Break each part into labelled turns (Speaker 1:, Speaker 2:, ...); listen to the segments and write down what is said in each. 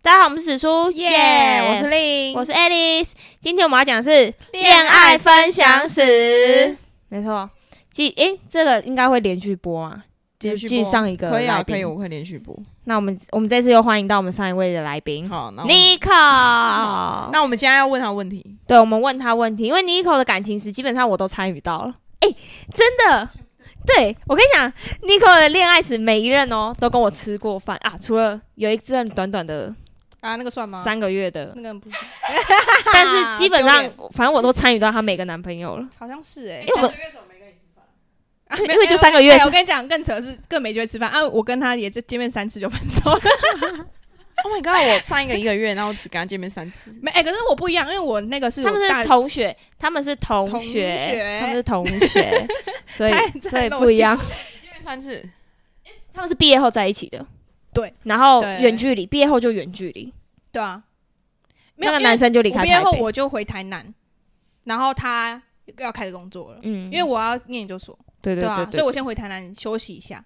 Speaker 1: 大家好，我们是史书，
Speaker 2: 耶、我是令，
Speaker 1: 我是 Alice。今天我们要讲的是
Speaker 2: 恋爱分享史，
Speaker 1: 没错。继诶、这个应该会连续播啊，就
Speaker 2: 连
Speaker 1: 是
Speaker 2: 续
Speaker 1: 继
Speaker 2: 播
Speaker 1: 上一个
Speaker 2: 可以啊，
Speaker 1: 来宾
Speaker 2: 可以，我会连续播。
Speaker 1: 那我们我们这次又欢迎到我们上一位的来宾
Speaker 2: 好，那我们
Speaker 1: Nico。
Speaker 2: 那我们今天要问他问题，
Speaker 1: 对，我们问他问题，因为 Nico 的感情史基本上我都参与到了。诶、真的。对我跟你讲，Nico 的恋爱史每一任哦都跟我吃过饭啊，除了有一任短短的
Speaker 2: 啊，那个算吗？
Speaker 1: 三个月的，
Speaker 2: 那个不，
Speaker 1: 但是基本上
Speaker 2: 丢
Speaker 1: 反正我都参与到她每个男朋友了。
Speaker 2: 好像是哎、
Speaker 1: 因为我们
Speaker 2: 啊
Speaker 1: 因为
Speaker 2: 没
Speaker 1: 因为就
Speaker 2: 没有
Speaker 1: 三个月
Speaker 2: 哎
Speaker 1: 是
Speaker 2: 我跟你讲，更扯的是更没机会吃饭啊！我跟他也就见面三次就分手了。
Speaker 3: Oh my god！我上一个一个月，然后只跟他见面三次，
Speaker 2: 没哎、可是我不一样，因为我那个是
Speaker 1: 他们
Speaker 2: 我大
Speaker 1: 是同学，他们是同
Speaker 2: 同
Speaker 1: 学，
Speaker 2: 学
Speaker 1: 他们是同学， 所以
Speaker 2: 才
Speaker 1: 所以
Speaker 2: 才
Speaker 1: 不一样。
Speaker 3: 见面三次，
Speaker 1: 他们是毕业后在一起的，
Speaker 2: 对，
Speaker 1: 然后
Speaker 2: 对
Speaker 1: 远距离，毕业后就远距离，
Speaker 2: 对啊，没
Speaker 1: 那
Speaker 2: 有
Speaker 1: 个男
Speaker 2: 因为
Speaker 1: 生就离
Speaker 2: 我
Speaker 1: 开
Speaker 2: 毕业
Speaker 1: 台
Speaker 2: 后
Speaker 1: 北。
Speaker 2: 我就回台南，然后他要开始工作了，
Speaker 1: 嗯
Speaker 2: 因为我要念研究所，
Speaker 1: 对对
Speaker 2: 啊，
Speaker 1: 嗯对
Speaker 2: 所
Speaker 1: 对，
Speaker 2: 以我先回台南休息一下，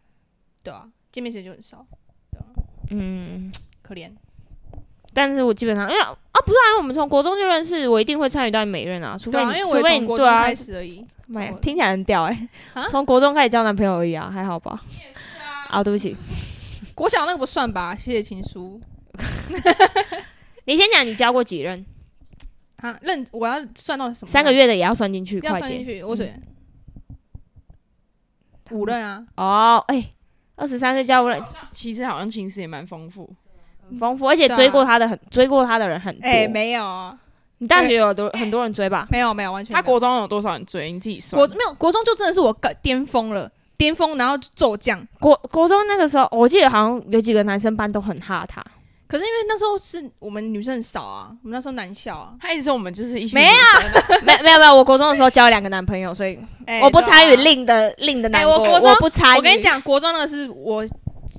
Speaker 2: 对啊，见面时间就很少，
Speaker 1: 嗯，
Speaker 2: 可怜。
Speaker 1: 但是我基本上因为啊，不是啊，我们从国中就认识，我一定会参与到每任啊，除
Speaker 2: 对
Speaker 1: 非
Speaker 2: 啊，
Speaker 1: 你，
Speaker 2: 因为我
Speaker 1: 除
Speaker 2: 也
Speaker 1: 非
Speaker 2: 从
Speaker 1: 你
Speaker 2: 国
Speaker 1: 对
Speaker 2: 中
Speaker 1: 啊
Speaker 2: 开，始而已。
Speaker 1: 妈呀
Speaker 2: 我
Speaker 1: 听起来很屌哎、
Speaker 2: 啊
Speaker 1: 从国中开始交男朋友而已啊，还好吧？啊，对不起，
Speaker 2: 国小那个不算吧？谢谢情书
Speaker 1: 你先讲你交过几任？
Speaker 2: 啊，认我要算到什么？
Speaker 1: 三个月的也要算进去，
Speaker 2: 要
Speaker 1: 快
Speaker 2: 算进
Speaker 1: 点
Speaker 2: 去，我水嗯五任啊，
Speaker 1: 哦！哎，二十三岁交过了，
Speaker 3: 其实好像情史也蛮丰富。
Speaker 1: 很丰富，而且
Speaker 2: 对啊
Speaker 1: 追过他的很追过他的人很多。
Speaker 2: 哎，没哎有啊，
Speaker 1: 你大学有多很多人追吧？
Speaker 2: 没有没有，完全没
Speaker 3: 他
Speaker 2: 有
Speaker 3: 国中有多少人追？你自己算。
Speaker 2: 国没有国中就真的是我个巅峰了，巅峰然后骤降。
Speaker 1: 国国中那个时候，我记得好像有几个男生班都很哈他。
Speaker 2: 可是因为那时候是我们女生很少啊，我们那时候男校啊，
Speaker 3: 他一直说我们就是一群
Speaker 2: 没有
Speaker 3: 女生啊，
Speaker 1: 没没有没有，我国中的时候交两个男朋友，所以
Speaker 2: 哎
Speaker 1: 我不
Speaker 2: 对啊
Speaker 1: 参与令的令的难过。
Speaker 2: 哎我国中
Speaker 1: 不参与。
Speaker 2: 我跟你，讲，国中那个是我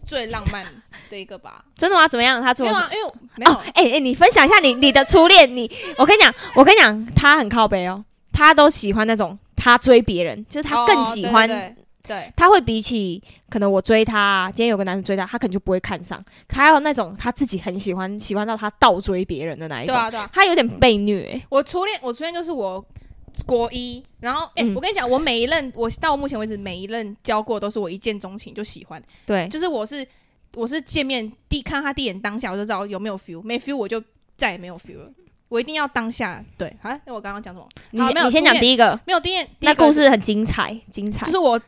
Speaker 2: 最浪漫的一个吧？
Speaker 1: 真的吗？怎么样？他
Speaker 2: 没
Speaker 1: 做
Speaker 2: 有
Speaker 1: 了什
Speaker 2: 啊
Speaker 1: 么？，
Speaker 2: 因为没
Speaker 1: 哦
Speaker 2: 有，
Speaker 1: 哎哎，你分享一下你你的初恋。你我跟你讲，我跟你讲，他很靠北哦，他都喜欢那种他追别人，就是他
Speaker 2: 哦
Speaker 1: 更喜
Speaker 2: 对
Speaker 1: 欢
Speaker 2: 对对，
Speaker 1: 他会比起可能我追他啊，今天有个男生追他，他可能就不会看上。还有那种他自己很喜欢，喜欢到他倒追别人的那一
Speaker 2: 对
Speaker 1: 种，
Speaker 2: 啊对啊。
Speaker 1: 他有点被虐、
Speaker 2: 我初恋，我初恋就是我国一，然后哎、
Speaker 1: 嗯
Speaker 2: 我跟你讲，我每一任，我到目前为止每一任教过都是我一见钟情就喜欢，
Speaker 1: 对，
Speaker 2: 就是我是我是见面第看他第一眼当下我就知道有没有 feel，没 feel 我就再也没有 feel 了。我一定要当下对啊！那我刚刚讲什么？
Speaker 1: 你
Speaker 2: 好
Speaker 1: 先
Speaker 2: 没有
Speaker 1: 你先讲第一个，
Speaker 2: 没有第一眼，第一
Speaker 1: 那
Speaker 2: 个
Speaker 1: 故事很精彩，精彩。
Speaker 2: 就是我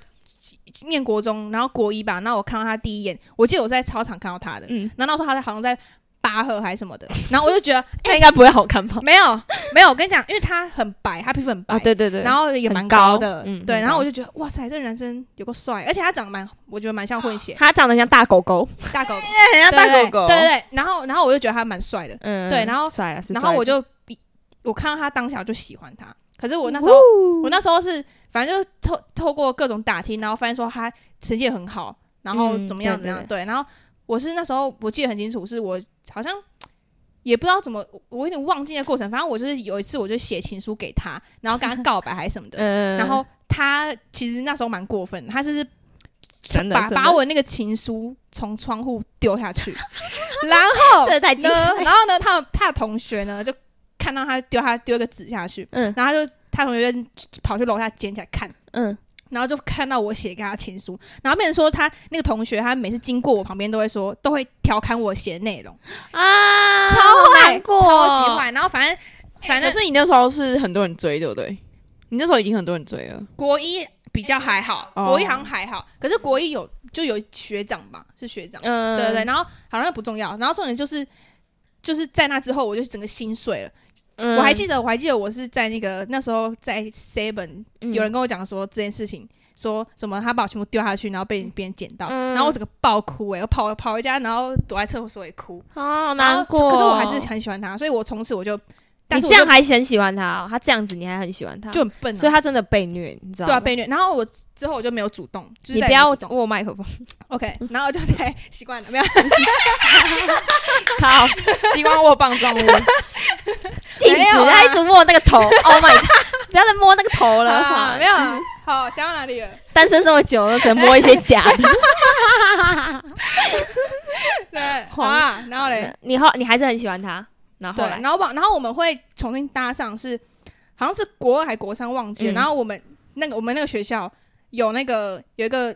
Speaker 2: 念国中，然后国一吧，然后我看到他第一眼，我记得我在操场看到他的，
Speaker 1: 嗯，
Speaker 2: 然后那时候他在好像在拔河还是什么的，然后我就觉得
Speaker 1: 那应该不会好看吧？
Speaker 2: 没有没有，我跟你讲，因为他很白，他皮肤很白，
Speaker 1: 啊，对对对，
Speaker 2: 然
Speaker 1: 后
Speaker 2: 后也
Speaker 1: 很
Speaker 2: 蛮
Speaker 1: 高
Speaker 2: 的，
Speaker 1: 嗯
Speaker 2: 对，
Speaker 1: 很
Speaker 2: 然后
Speaker 1: 高
Speaker 2: 我就觉得哇塞，这个男生有个帅，而且他长得蛮，我觉得蛮像 混血
Speaker 1: 他长得像大狗狗，
Speaker 2: 大狗狗，
Speaker 3: 很像哎大狗狗。啊
Speaker 2: 对对对，然后然后我就觉得他蛮帅的，
Speaker 1: 嗯，
Speaker 2: 对然后
Speaker 1: 帅了，是
Speaker 2: 然后我
Speaker 1: 就
Speaker 2: 就比我看到他当下我就喜欢他，可是我那时
Speaker 1: 哦
Speaker 2: 候我那时候是反正就是透透过各种打听，然后发现说他成绩也很好，然后
Speaker 1: 嗯
Speaker 2: 怎么样
Speaker 1: 对
Speaker 2: 怎么样，对，然后我是那时候我记得很清楚，是我好像。也不知道怎么，我有点忘记那过程。反正我就是有一次，我就写情书给他，然后跟他告白还是什么的。
Speaker 1: 嗯，
Speaker 2: 然后他其实那时候蛮过分的，他就是
Speaker 1: 真的
Speaker 2: 把
Speaker 1: 真的
Speaker 2: 把我那个情书从窗户丢 下去，然后
Speaker 1: 这太精
Speaker 2: 呢，
Speaker 1: 彩，
Speaker 2: 然后呢，他他的同学呢就看到他丢他丢一个纸下去，
Speaker 1: 嗯
Speaker 2: 然后他就他同学就跑去楼下捡起来看。
Speaker 1: 嗯，
Speaker 2: 然后就看到我写给他情书，然后变成说他那个同学，他每次经过我旁边都会说，都会调侃我写的内容，
Speaker 1: 啊，
Speaker 2: 超
Speaker 1: 好
Speaker 2: 坏，
Speaker 1: 难过，
Speaker 2: 超级，坏。然后反正反正
Speaker 3: 可是你那时候是很多人追，对不对？你那时候已经很多人追了，
Speaker 2: 国一比较还好，
Speaker 1: 哎
Speaker 3: 哦
Speaker 2: 国一好像还好，可是国一有就有学长吧，是学长，
Speaker 1: 嗯，
Speaker 2: 对对对，然后好像不重要，然后重点就是就是在那之后，我就整个心碎了。
Speaker 1: 嗯
Speaker 2: 我还记得，我还记得我是在那个那时候在 Seven，、
Speaker 1: 嗯
Speaker 2: 有人跟我讲说这件事情，说什么他把我全部丢下去，然后被别人捡到，
Speaker 1: 嗯
Speaker 2: 然后我整个爆哭、欸，我跑跑回家，然后躲在厕所里哭，
Speaker 1: 好
Speaker 2: 然后
Speaker 1: 难过，
Speaker 2: 可是我还是很喜欢他，所以我从此我就，但
Speaker 1: 你
Speaker 2: 是
Speaker 1: 这
Speaker 2: 我就
Speaker 1: 样还很喜欢他、哦，他这样子你还很喜欢他，
Speaker 2: 就很笨、啊，
Speaker 1: 所以他真的被虐，你知道
Speaker 2: 对啊
Speaker 1: 吗？
Speaker 2: 被虐。然后我之后我就没有主动，就是
Speaker 1: 你
Speaker 2: 再
Speaker 1: 不
Speaker 2: 也没有
Speaker 1: 要
Speaker 2: 主动
Speaker 1: 握麦 克风，
Speaker 2: OK，然后我就在习惯了，没有
Speaker 1: 好，
Speaker 3: 希望握棒状物。
Speaker 1: 禁止
Speaker 2: 没有啊
Speaker 1: 他一直摸那个头，Oh my god！不要再摸那个头了，
Speaker 2: 啊，
Speaker 1: 好
Speaker 2: 没有啊，好讲到哪里了？
Speaker 1: 单身这么久了，只能摸一些假的。
Speaker 2: 对 啊，然后嘞，
Speaker 1: 你后你还是很喜欢他，然后
Speaker 2: 对，
Speaker 1: 后来
Speaker 2: 然后往然后我们会重新搭上是，好像是国二还国三忘记了。
Speaker 1: 嗯
Speaker 2: 然后我们那个我们那个学校有那个有一个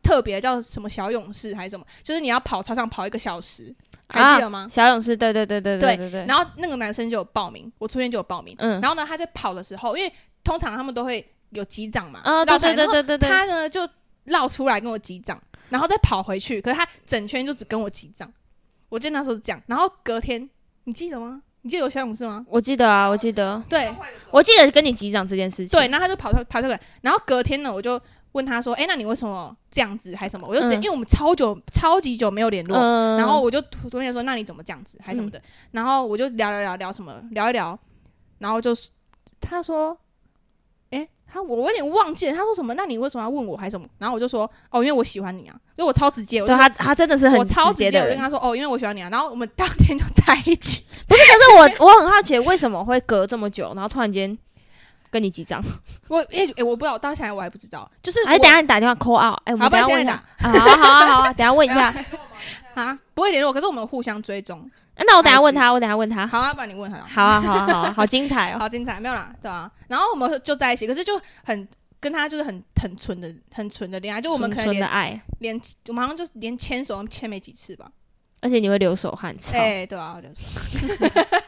Speaker 2: 特别叫什么小勇士还是什么，就是你要跑操场跑一个小时，还记得吗？
Speaker 1: 小勇士，对对对对
Speaker 2: 对
Speaker 1: 啊对对，
Speaker 2: 然后那个男生就有报名，我初恋就有报名。
Speaker 1: 嗯
Speaker 2: 然后呢，他在跑的时候，因为通常他们都会有击掌嘛，
Speaker 1: 啊，对
Speaker 2: 绕出来
Speaker 1: 对对对对对，
Speaker 2: 他呢就绕出来跟我击掌，然后再跑回去，可是他整圈就只跟我击掌。我记得那时候是这样，然后隔天你记得吗？你记得有小勇士吗？
Speaker 1: 我记得啊，我记得，
Speaker 2: 对
Speaker 1: 我记得跟你击掌这件事情，
Speaker 2: 对，，然后他就跑出跑出来，然后隔天呢，我就问他说：“哎、那你为什么这样子还是什么？”我就直接、
Speaker 1: 嗯
Speaker 2: 因为我们超久超级久没有联络，
Speaker 1: 嗯，
Speaker 2: 然后我就突突然说：“那你怎么这样子还是什么的？”然后我就聊聊聊聊什么聊一聊，然后就是他说：“哎、他我我有点忘记了，他说什么？那你为什么要问我还是什么？”然后我就说：“哦，因为我喜欢你啊，因为我超直接，我就
Speaker 1: 对他他真的是很
Speaker 2: 我超
Speaker 1: 直接
Speaker 2: 接，我
Speaker 1: 的
Speaker 2: 就
Speaker 1: 人
Speaker 2: 跟，他说：哦，因为我喜欢你啊。”然后我们当天就在一起，
Speaker 1: 可是我我很好奇为什么会隔这么久，然后突然间跟你击掌，
Speaker 2: 我哎、诶我不知道，到现在我还不知道，就是
Speaker 1: 哎，
Speaker 2: 我
Speaker 1: 等一下你打电话 call out，哎，我们
Speaker 2: 好不
Speaker 1: 等
Speaker 2: 然
Speaker 1: 一下问
Speaker 2: 现
Speaker 1: 一
Speaker 2: 在
Speaker 1: 下，啊好啊好啊好啊，等一下问一下，啊
Speaker 2: 啊不会联络，可是我们有互相追踪。
Speaker 1: 那我等一下问他，我等一下问他，
Speaker 2: 好啊，不然你问他啊。
Speaker 1: 好啊好啊好啊，好精彩哦，
Speaker 2: 好精彩，没有啦，对啊。然后我们就在一起，可是就很跟他就是很很纯的、很纯的恋爱，就我们可
Speaker 1: 纯
Speaker 2: 能
Speaker 1: 纯的
Speaker 2: 连
Speaker 1: 爱，
Speaker 2: 连我们好像就连牵手都牵没几次吧。
Speaker 1: 而且你会流手汗，操，
Speaker 2: 哎、对啊，我就说，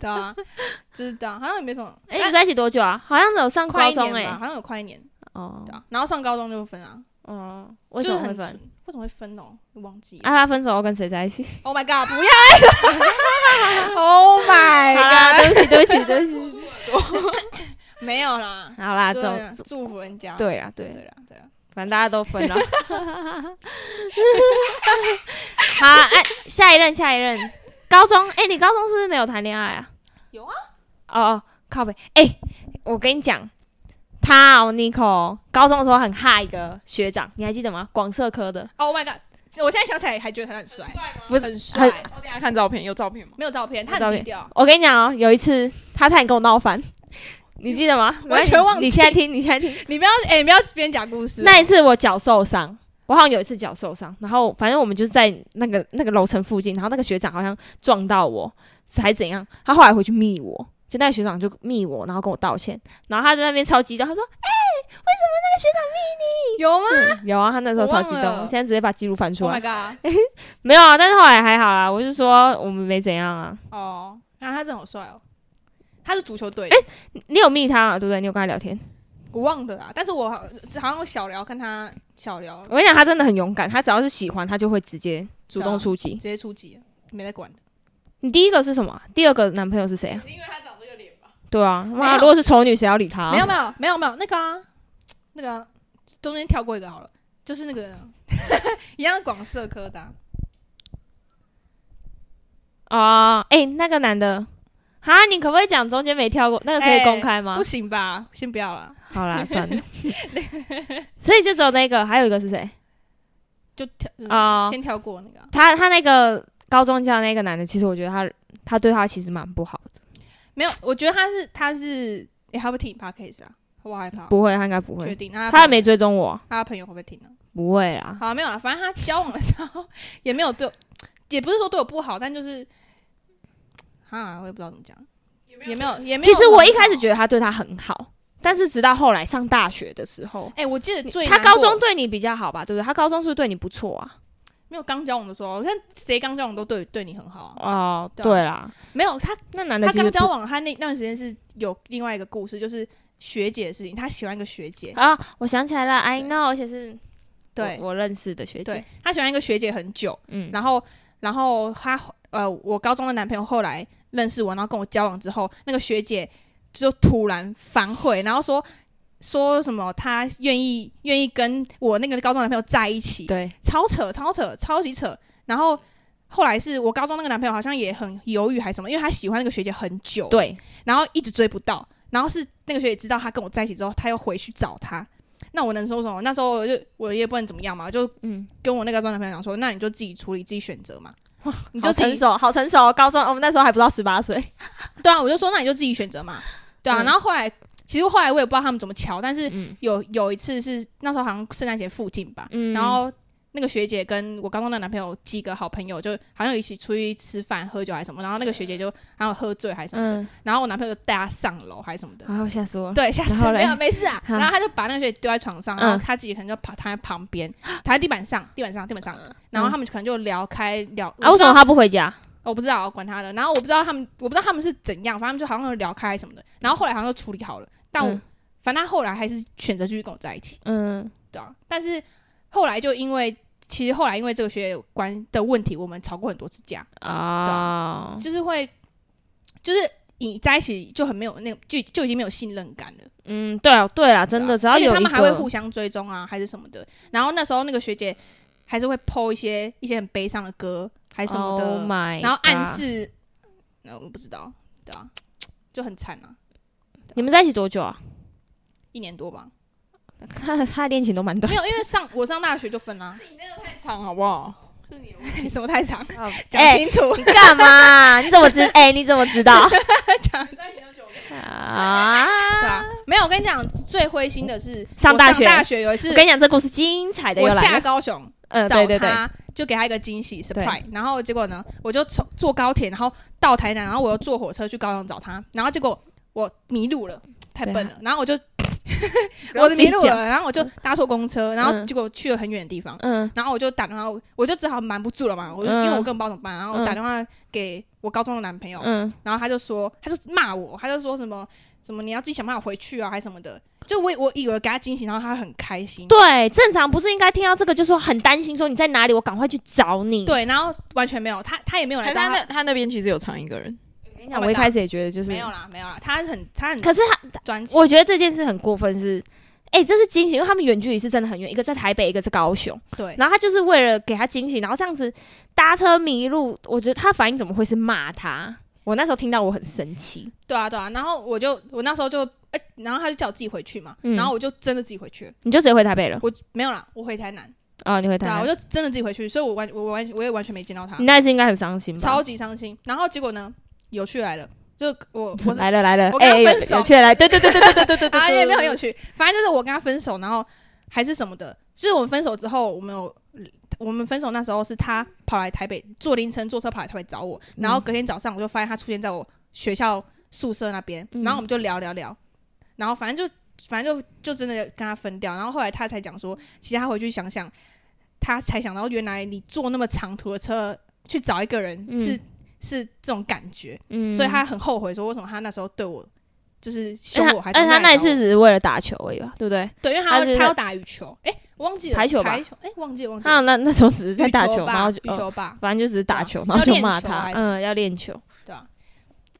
Speaker 2: 对啊，就是对啊，好像也没什么。
Speaker 1: 哎，你们在一起多久啊？好像有上
Speaker 2: 但快
Speaker 1: 高
Speaker 2: 一
Speaker 1: 中
Speaker 2: 年吧，
Speaker 1: 哎，
Speaker 2: 好像有快一年，
Speaker 1: 哦
Speaker 2: 对啊。然后上高中就分啊，
Speaker 1: 哦，为
Speaker 2: 就
Speaker 1: 什么
Speaker 2: 是
Speaker 1: 会
Speaker 2: 很
Speaker 1: 分
Speaker 2: 纯？为什么会分哦？我忘记了。
Speaker 1: 啊，他分手后跟谁在一起？
Speaker 2: Oh my god！不要 ！Oh
Speaker 1: 好
Speaker 2: my god！
Speaker 1: 啦，对不起，对不起，对不起。
Speaker 2: 没有啦，
Speaker 1: 好啦，
Speaker 2: 对
Speaker 1: 总
Speaker 2: 啊祝福人家。
Speaker 1: 对啦，
Speaker 2: 对
Speaker 1: 对，
Speaker 2: 啦，对啊啦。
Speaker 1: 反正大家都分了。 好，哎，下一任，下一任，高中，哎，你高中是不是没有谈恋爱啊？
Speaker 2: 有啊。
Speaker 1: 哦哦，靠背，哎，我跟你讲，他哦，Nico，高中的时候很害一个学长，你还记得吗？广社科的，
Speaker 2: Oh my god！我现在想起来还觉得他很帅，
Speaker 1: 不是
Speaker 2: 很帅，
Speaker 3: 我等一下看照片，有照片吗？
Speaker 2: 没有照片，
Speaker 1: 没有
Speaker 2: 他
Speaker 1: 照
Speaker 2: 很
Speaker 1: 片
Speaker 2: 低调。
Speaker 1: 我跟你讲哦，有一次他差点跟我闹翻，你记得吗？
Speaker 2: 完全忘记
Speaker 1: 你现在听，你现在听。
Speaker 2: 你不要，哎、你不要边讲故事。
Speaker 1: 那一次我脚受伤，我好像有一次脚受伤，然后反正我们就是在那个那个楼层附近，然后那个学长好像撞到我，还怎样？他后来回去密我，就那个学长就密我，然后跟我道歉，然后他在那边超激动，他说哎
Speaker 2: 有吗
Speaker 1: 有啊，他那时候超激动，
Speaker 2: 我忘了
Speaker 1: 我现在直接把记录翻出
Speaker 2: ？Oh
Speaker 1: 来
Speaker 2: my，god！
Speaker 1: 没有啊，但是后来还好啦，我就说我们没怎样啊，
Speaker 2: 哦，然后他真的好帅哦，他是足球队的，
Speaker 1: 你你有密他啊，对不对？你有跟他聊天？
Speaker 2: 我忘了啦。但是我好好像有小聊跟他小聊，
Speaker 1: 我跟你讲，他真的很勇敢，他只要是喜欢，他就会直接主
Speaker 2: 对
Speaker 1: 动
Speaker 2: 啊
Speaker 1: 出击
Speaker 2: 直。接出击，没在管的。
Speaker 1: 你第一个是什么啊？第二个男朋友是谁啊？
Speaker 3: 是因为他长这个脸吧？
Speaker 1: 对啊，妈，
Speaker 2: 有
Speaker 1: 如果是丑女，谁要理他啊？
Speaker 2: 没有没有没有没有那个、啊、那个啊、中间跳过一个好了，就是那个 一样广社科的啊、
Speaker 1: 啊，哎、那个男的，哈，你可不可以讲中间没跳过那个可以
Speaker 2: 哎
Speaker 1: 公开吗？
Speaker 2: 不行吧？先不要啦，
Speaker 1: 好啦，算了。所以就只有那个，还有一个是谁
Speaker 2: 就跳、嗯
Speaker 1: 啊、
Speaker 2: 先跳过那个啊、
Speaker 1: 他他那个高中教那个男的，其实我觉得他他对他其实蛮不好的。
Speaker 2: 没有，我觉得他是他是，哎、他会不会听 podcast 啊？我好害怕哦，
Speaker 1: 不会，他应该不
Speaker 2: 确
Speaker 1: 会。
Speaker 2: 定那
Speaker 1: 他也
Speaker 2: 朋友
Speaker 1: 没追踪我，
Speaker 2: 他朋友会不会听呢、
Speaker 1: 不会啦。
Speaker 2: 好、没有了，反正他交往的时候也没有对我，也不是说对我不好，但就是，啊，我也不知道怎么讲，也没有也没有。
Speaker 1: 其实我一开始觉得他对他很好，但是直到后来上大学的时候，
Speaker 2: 得，哎、我记得最
Speaker 1: 他
Speaker 2: 难过
Speaker 1: 高中对你比较好吧，对不对？他高中是不是对你不错啊？
Speaker 2: 没有刚交往的时候，我看谁刚交往都对对你很好啊。
Speaker 1: 哦，
Speaker 2: 对啊
Speaker 1: 对啦，
Speaker 2: 没有他，
Speaker 1: 那男的
Speaker 2: 他
Speaker 1: 其实
Speaker 2: 刚
Speaker 1: 不
Speaker 2: 交往，他那那段时间是有另外一个故事，就是学姐的事情，他喜欢一个学姐，
Speaker 1: 啊，我想起来了，I
Speaker 2: 对
Speaker 1: know，而且是
Speaker 2: 对
Speaker 1: 我我认识的学姐
Speaker 2: 对，，他喜欢一个学姐很久，
Speaker 1: 嗯，
Speaker 2: 然后然后他呃，我高中的男朋友后来认识我，然后跟我交往之后，那个学姐就突然反悔，然后说说什么她愿意愿意跟我那个高中男朋友在一起，
Speaker 1: 对，
Speaker 2: 超扯超扯超级扯。然后后来是我高中那个男朋友好像也很犹豫还是什么，因为他喜欢那个学姐很久，，
Speaker 1: 对，
Speaker 2: 然后一直追不到，然后是那个学姐知道他跟我在一起之后，他又回去找他。那我能说什么？那时候我就我也不能怎么样嘛，我就
Speaker 1: 嗯，
Speaker 2: 跟我那个高中男朋友讲说，那你就自己处理，自己选择嘛。 你
Speaker 1: 你
Speaker 2: 就
Speaker 1: 就
Speaker 2: 自己
Speaker 1: 成熟，好成熟哦。高中我们那时候还不到十八 岁，
Speaker 2: 对啊，我就说那你就自己选择嘛。对啊，
Speaker 1: 嗯
Speaker 2: 然后后来其实后来我也不知道他们怎么瞧，但是
Speaker 1: 嗯
Speaker 2: 有有一次是那时候好像圣诞节附近吧，
Speaker 1: 嗯
Speaker 2: 然后那个学姐跟我高中的男朋友几个好朋友，就好像一起出去吃饭、喝酒还是什么，然后那个学姐就然后喝醉还是什么的，
Speaker 1: 嗯，
Speaker 2: 然后我男朋友就带她上楼还是什么的，
Speaker 1: 然后吓啊死我了。
Speaker 2: 对，下
Speaker 1: 然
Speaker 2: 次
Speaker 1: 后嘞
Speaker 2: 没有没 事啊。
Speaker 1: 嗯
Speaker 2: 然后他就把那个学姐丢在床上，
Speaker 1: 嗯
Speaker 2: 然后他自己可能就躺躺在旁边，躺在地板上，地板上，地板上。然后他们可能就聊开聊
Speaker 1: 嗯啊，为什么他不回家？
Speaker 2: 我不知道，管他的。然后我不知道他们，我不知道他们是怎样，反正他们就好像有聊开什么的。然后后来好像就处理好了，但我、
Speaker 1: 嗯
Speaker 2: 反正他后来还是选择继续跟我在一起，
Speaker 1: 嗯，
Speaker 2: 对啊。但是后来就因为其实后来因为这个学姐关的问题，我们吵过很多次架，
Speaker 1: 啊，
Speaker 2: 就是会就是你在一起就很没有那个就就已经没有信任感了。
Speaker 1: 嗯，对啊，对啦，真
Speaker 2: 对啊
Speaker 1: 的，只要
Speaker 2: 而且
Speaker 1: 有
Speaker 2: 他
Speaker 1: 一
Speaker 2: 们还会互
Speaker 1: 个，
Speaker 2: 相追踪啊，还是什么的。然后那时候那个学姐还是会 PO 一些一些很悲伤的歌，还是什么
Speaker 1: Oh
Speaker 2: 的
Speaker 1: my，
Speaker 2: 然后暗
Speaker 1: God
Speaker 2: 示，那、我不知道，对啊，就很惨啊，
Speaker 1: 你们在一起多久啊？
Speaker 2: 一年多吧。
Speaker 1: 他 他的恋情都蛮短
Speaker 2: 没。有，因为上我上大学就 分啦，
Speaker 3: 太长好不好？
Speaker 2: 什么太长，讲
Speaker 1: 哎，
Speaker 2: 清楚。
Speaker 1: 你干嘛？你怎 么知？哎，你怎么知道？啊！
Speaker 2: 对啊，没有，我跟你讲，最灰心的是
Speaker 1: 上
Speaker 2: 我
Speaker 1: 大学
Speaker 2: 大学有一次
Speaker 1: 我，跟你讲，这故事精彩的又
Speaker 2: 我下
Speaker 1: 来了。
Speaker 2: 高雄，
Speaker 1: 嗯，
Speaker 2: 找
Speaker 1: 对对对，
Speaker 2: 他，就给他一个惊喜
Speaker 1: 对
Speaker 2: surprise。然后结果呢，我就从坐高铁，然后到台南，然后我又坐火车去高雄找他，然后结果我迷路了，太
Speaker 1: 啊
Speaker 2: 笨了，然后我就我迷路了，然后我就搭错公车，然后
Speaker 1: 嗯
Speaker 2: 结果去了很远的地方。
Speaker 1: 嗯
Speaker 2: 然后我就打电话，我就只好瞒不住了嘛，我就、
Speaker 1: 嗯
Speaker 2: 因为我根本不知道怎么办，然后我
Speaker 1: 嗯
Speaker 2: 打电话给我高中的男朋友，
Speaker 1: 嗯，
Speaker 2: 然后他就说，他就骂我，他就说什么什么你要自己想办法回去啊，还是什么的，就我以我以为给他惊喜，然后他很开心，
Speaker 1: 对，正常不是应该听到这个就说很担心，说你在哪里，我赶快去找你。
Speaker 2: 对，然后完全没有，他他也没有
Speaker 3: 可
Speaker 2: 来
Speaker 3: 是他
Speaker 2: 找他
Speaker 3: 那他那边其实有藏一个人，
Speaker 1: 我跟你讲，我一开始也觉得就是
Speaker 2: 没有啦，没有啦，他很他很
Speaker 1: 可是他，
Speaker 2: 专情，
Speaker 1: 我觉得这件事很过分是，哎、这是惊喜，因为他们远距离是真的很远，一个在台北，一个在高雄，
Speaker 2: 对，
Speaker 1: 然后他就是为了给他惊喜，然后这样子搭车迷路，我觉得他反应怎么会是骂他？我那时候听到我很生气，
Speaker 2: 对啊对啊，然后我就我那时候就，哎、然后他就叫我自己回去嘛，
Speaker 1: 嗯
Speaker 2: 然后我就真的自己回去了，
Speaker 1: 你就直接回台北了
Speaker 2: 我没有啦，我回台南，
Speaker 1: 哦，你回台
Speaker 2: 对啊，我
Speaker 1: 北，
Speaker 2: 就真的自己回去，所以我完我完我也完全没见到他
Speaker 1: 你，那一次应该很伤心吧？
Speaker 2: 超级伤心。然后结果呢，有趣来了，就 我我是
Speaker 1: 来了来了，
Speaker 2: 我跟他
Speaker 1: 哎有
Speaker 2: 分手
Speaker 1: 有趣了来，对对对对对对对对对，
Speaker 2: 啊也没有很有趣，反正就是我跟他分手，然后还是什么的，就是我们分手之后，我们有。我们分手那时候是他跑来台北坐凌晨坐车跑来台北找我，
Speaker 1: 嗯
Speaker 2: 然后隔天早上我就发现他出现在我学校宿舍那边，
Speaker 1: 嗯
Speaker 2: 然后我们就聊聊聊，然后反正就反正就就真的跟他分掉，然后后来他才讲说，其实他回去想想，他才想到原来你坐那么长途的车去找一个人
Speaker 1: 嗯
Speaker 2: 是、是这种感觉，
Speaker 1: 嗯
Speaker 2: 所以他很后悔说为什么他那时候对我就是凶
Speaker 1: 但
Speaker 2: 我，还
Speaker 1: 他
Speaker 2: 是
Speaker 1: 但他那一
Speaker 2: 一
Speaker 1: 次只是为了打球而已吧，对不对？
Speaker 2: 对，因为他要
Speaker 1: 他是
Speaker 2: 他要打羽球，哎、我忘记了
Speaker 1: 排球吧
Speaker 2: 排球，哎、忘记了忘记
Speaker 1: 他
Speaker 2: 了，
Speaker 1: 那那时候只是在
Speaker 2: 羽
Speaker 1: 打球，
Speaker 2: 吧
Speaker 1: 然后就
Speaker 2: 羽
Speaker 1: 哦
Speaker 2: 球吧，
Speaker 1: 反正就只是打球，
Speaker 2: 对
Speaker 1: 然
Speaker 2: 啊
Speaker 1: 后就
Speaker 2: 要练
Speaker 1: 骂
Speaker 2: 球
Speaker 1: 他
Speaker 2: 还，是
Speaker 1: 嗯，要练球，
Speaker 2: 对啊？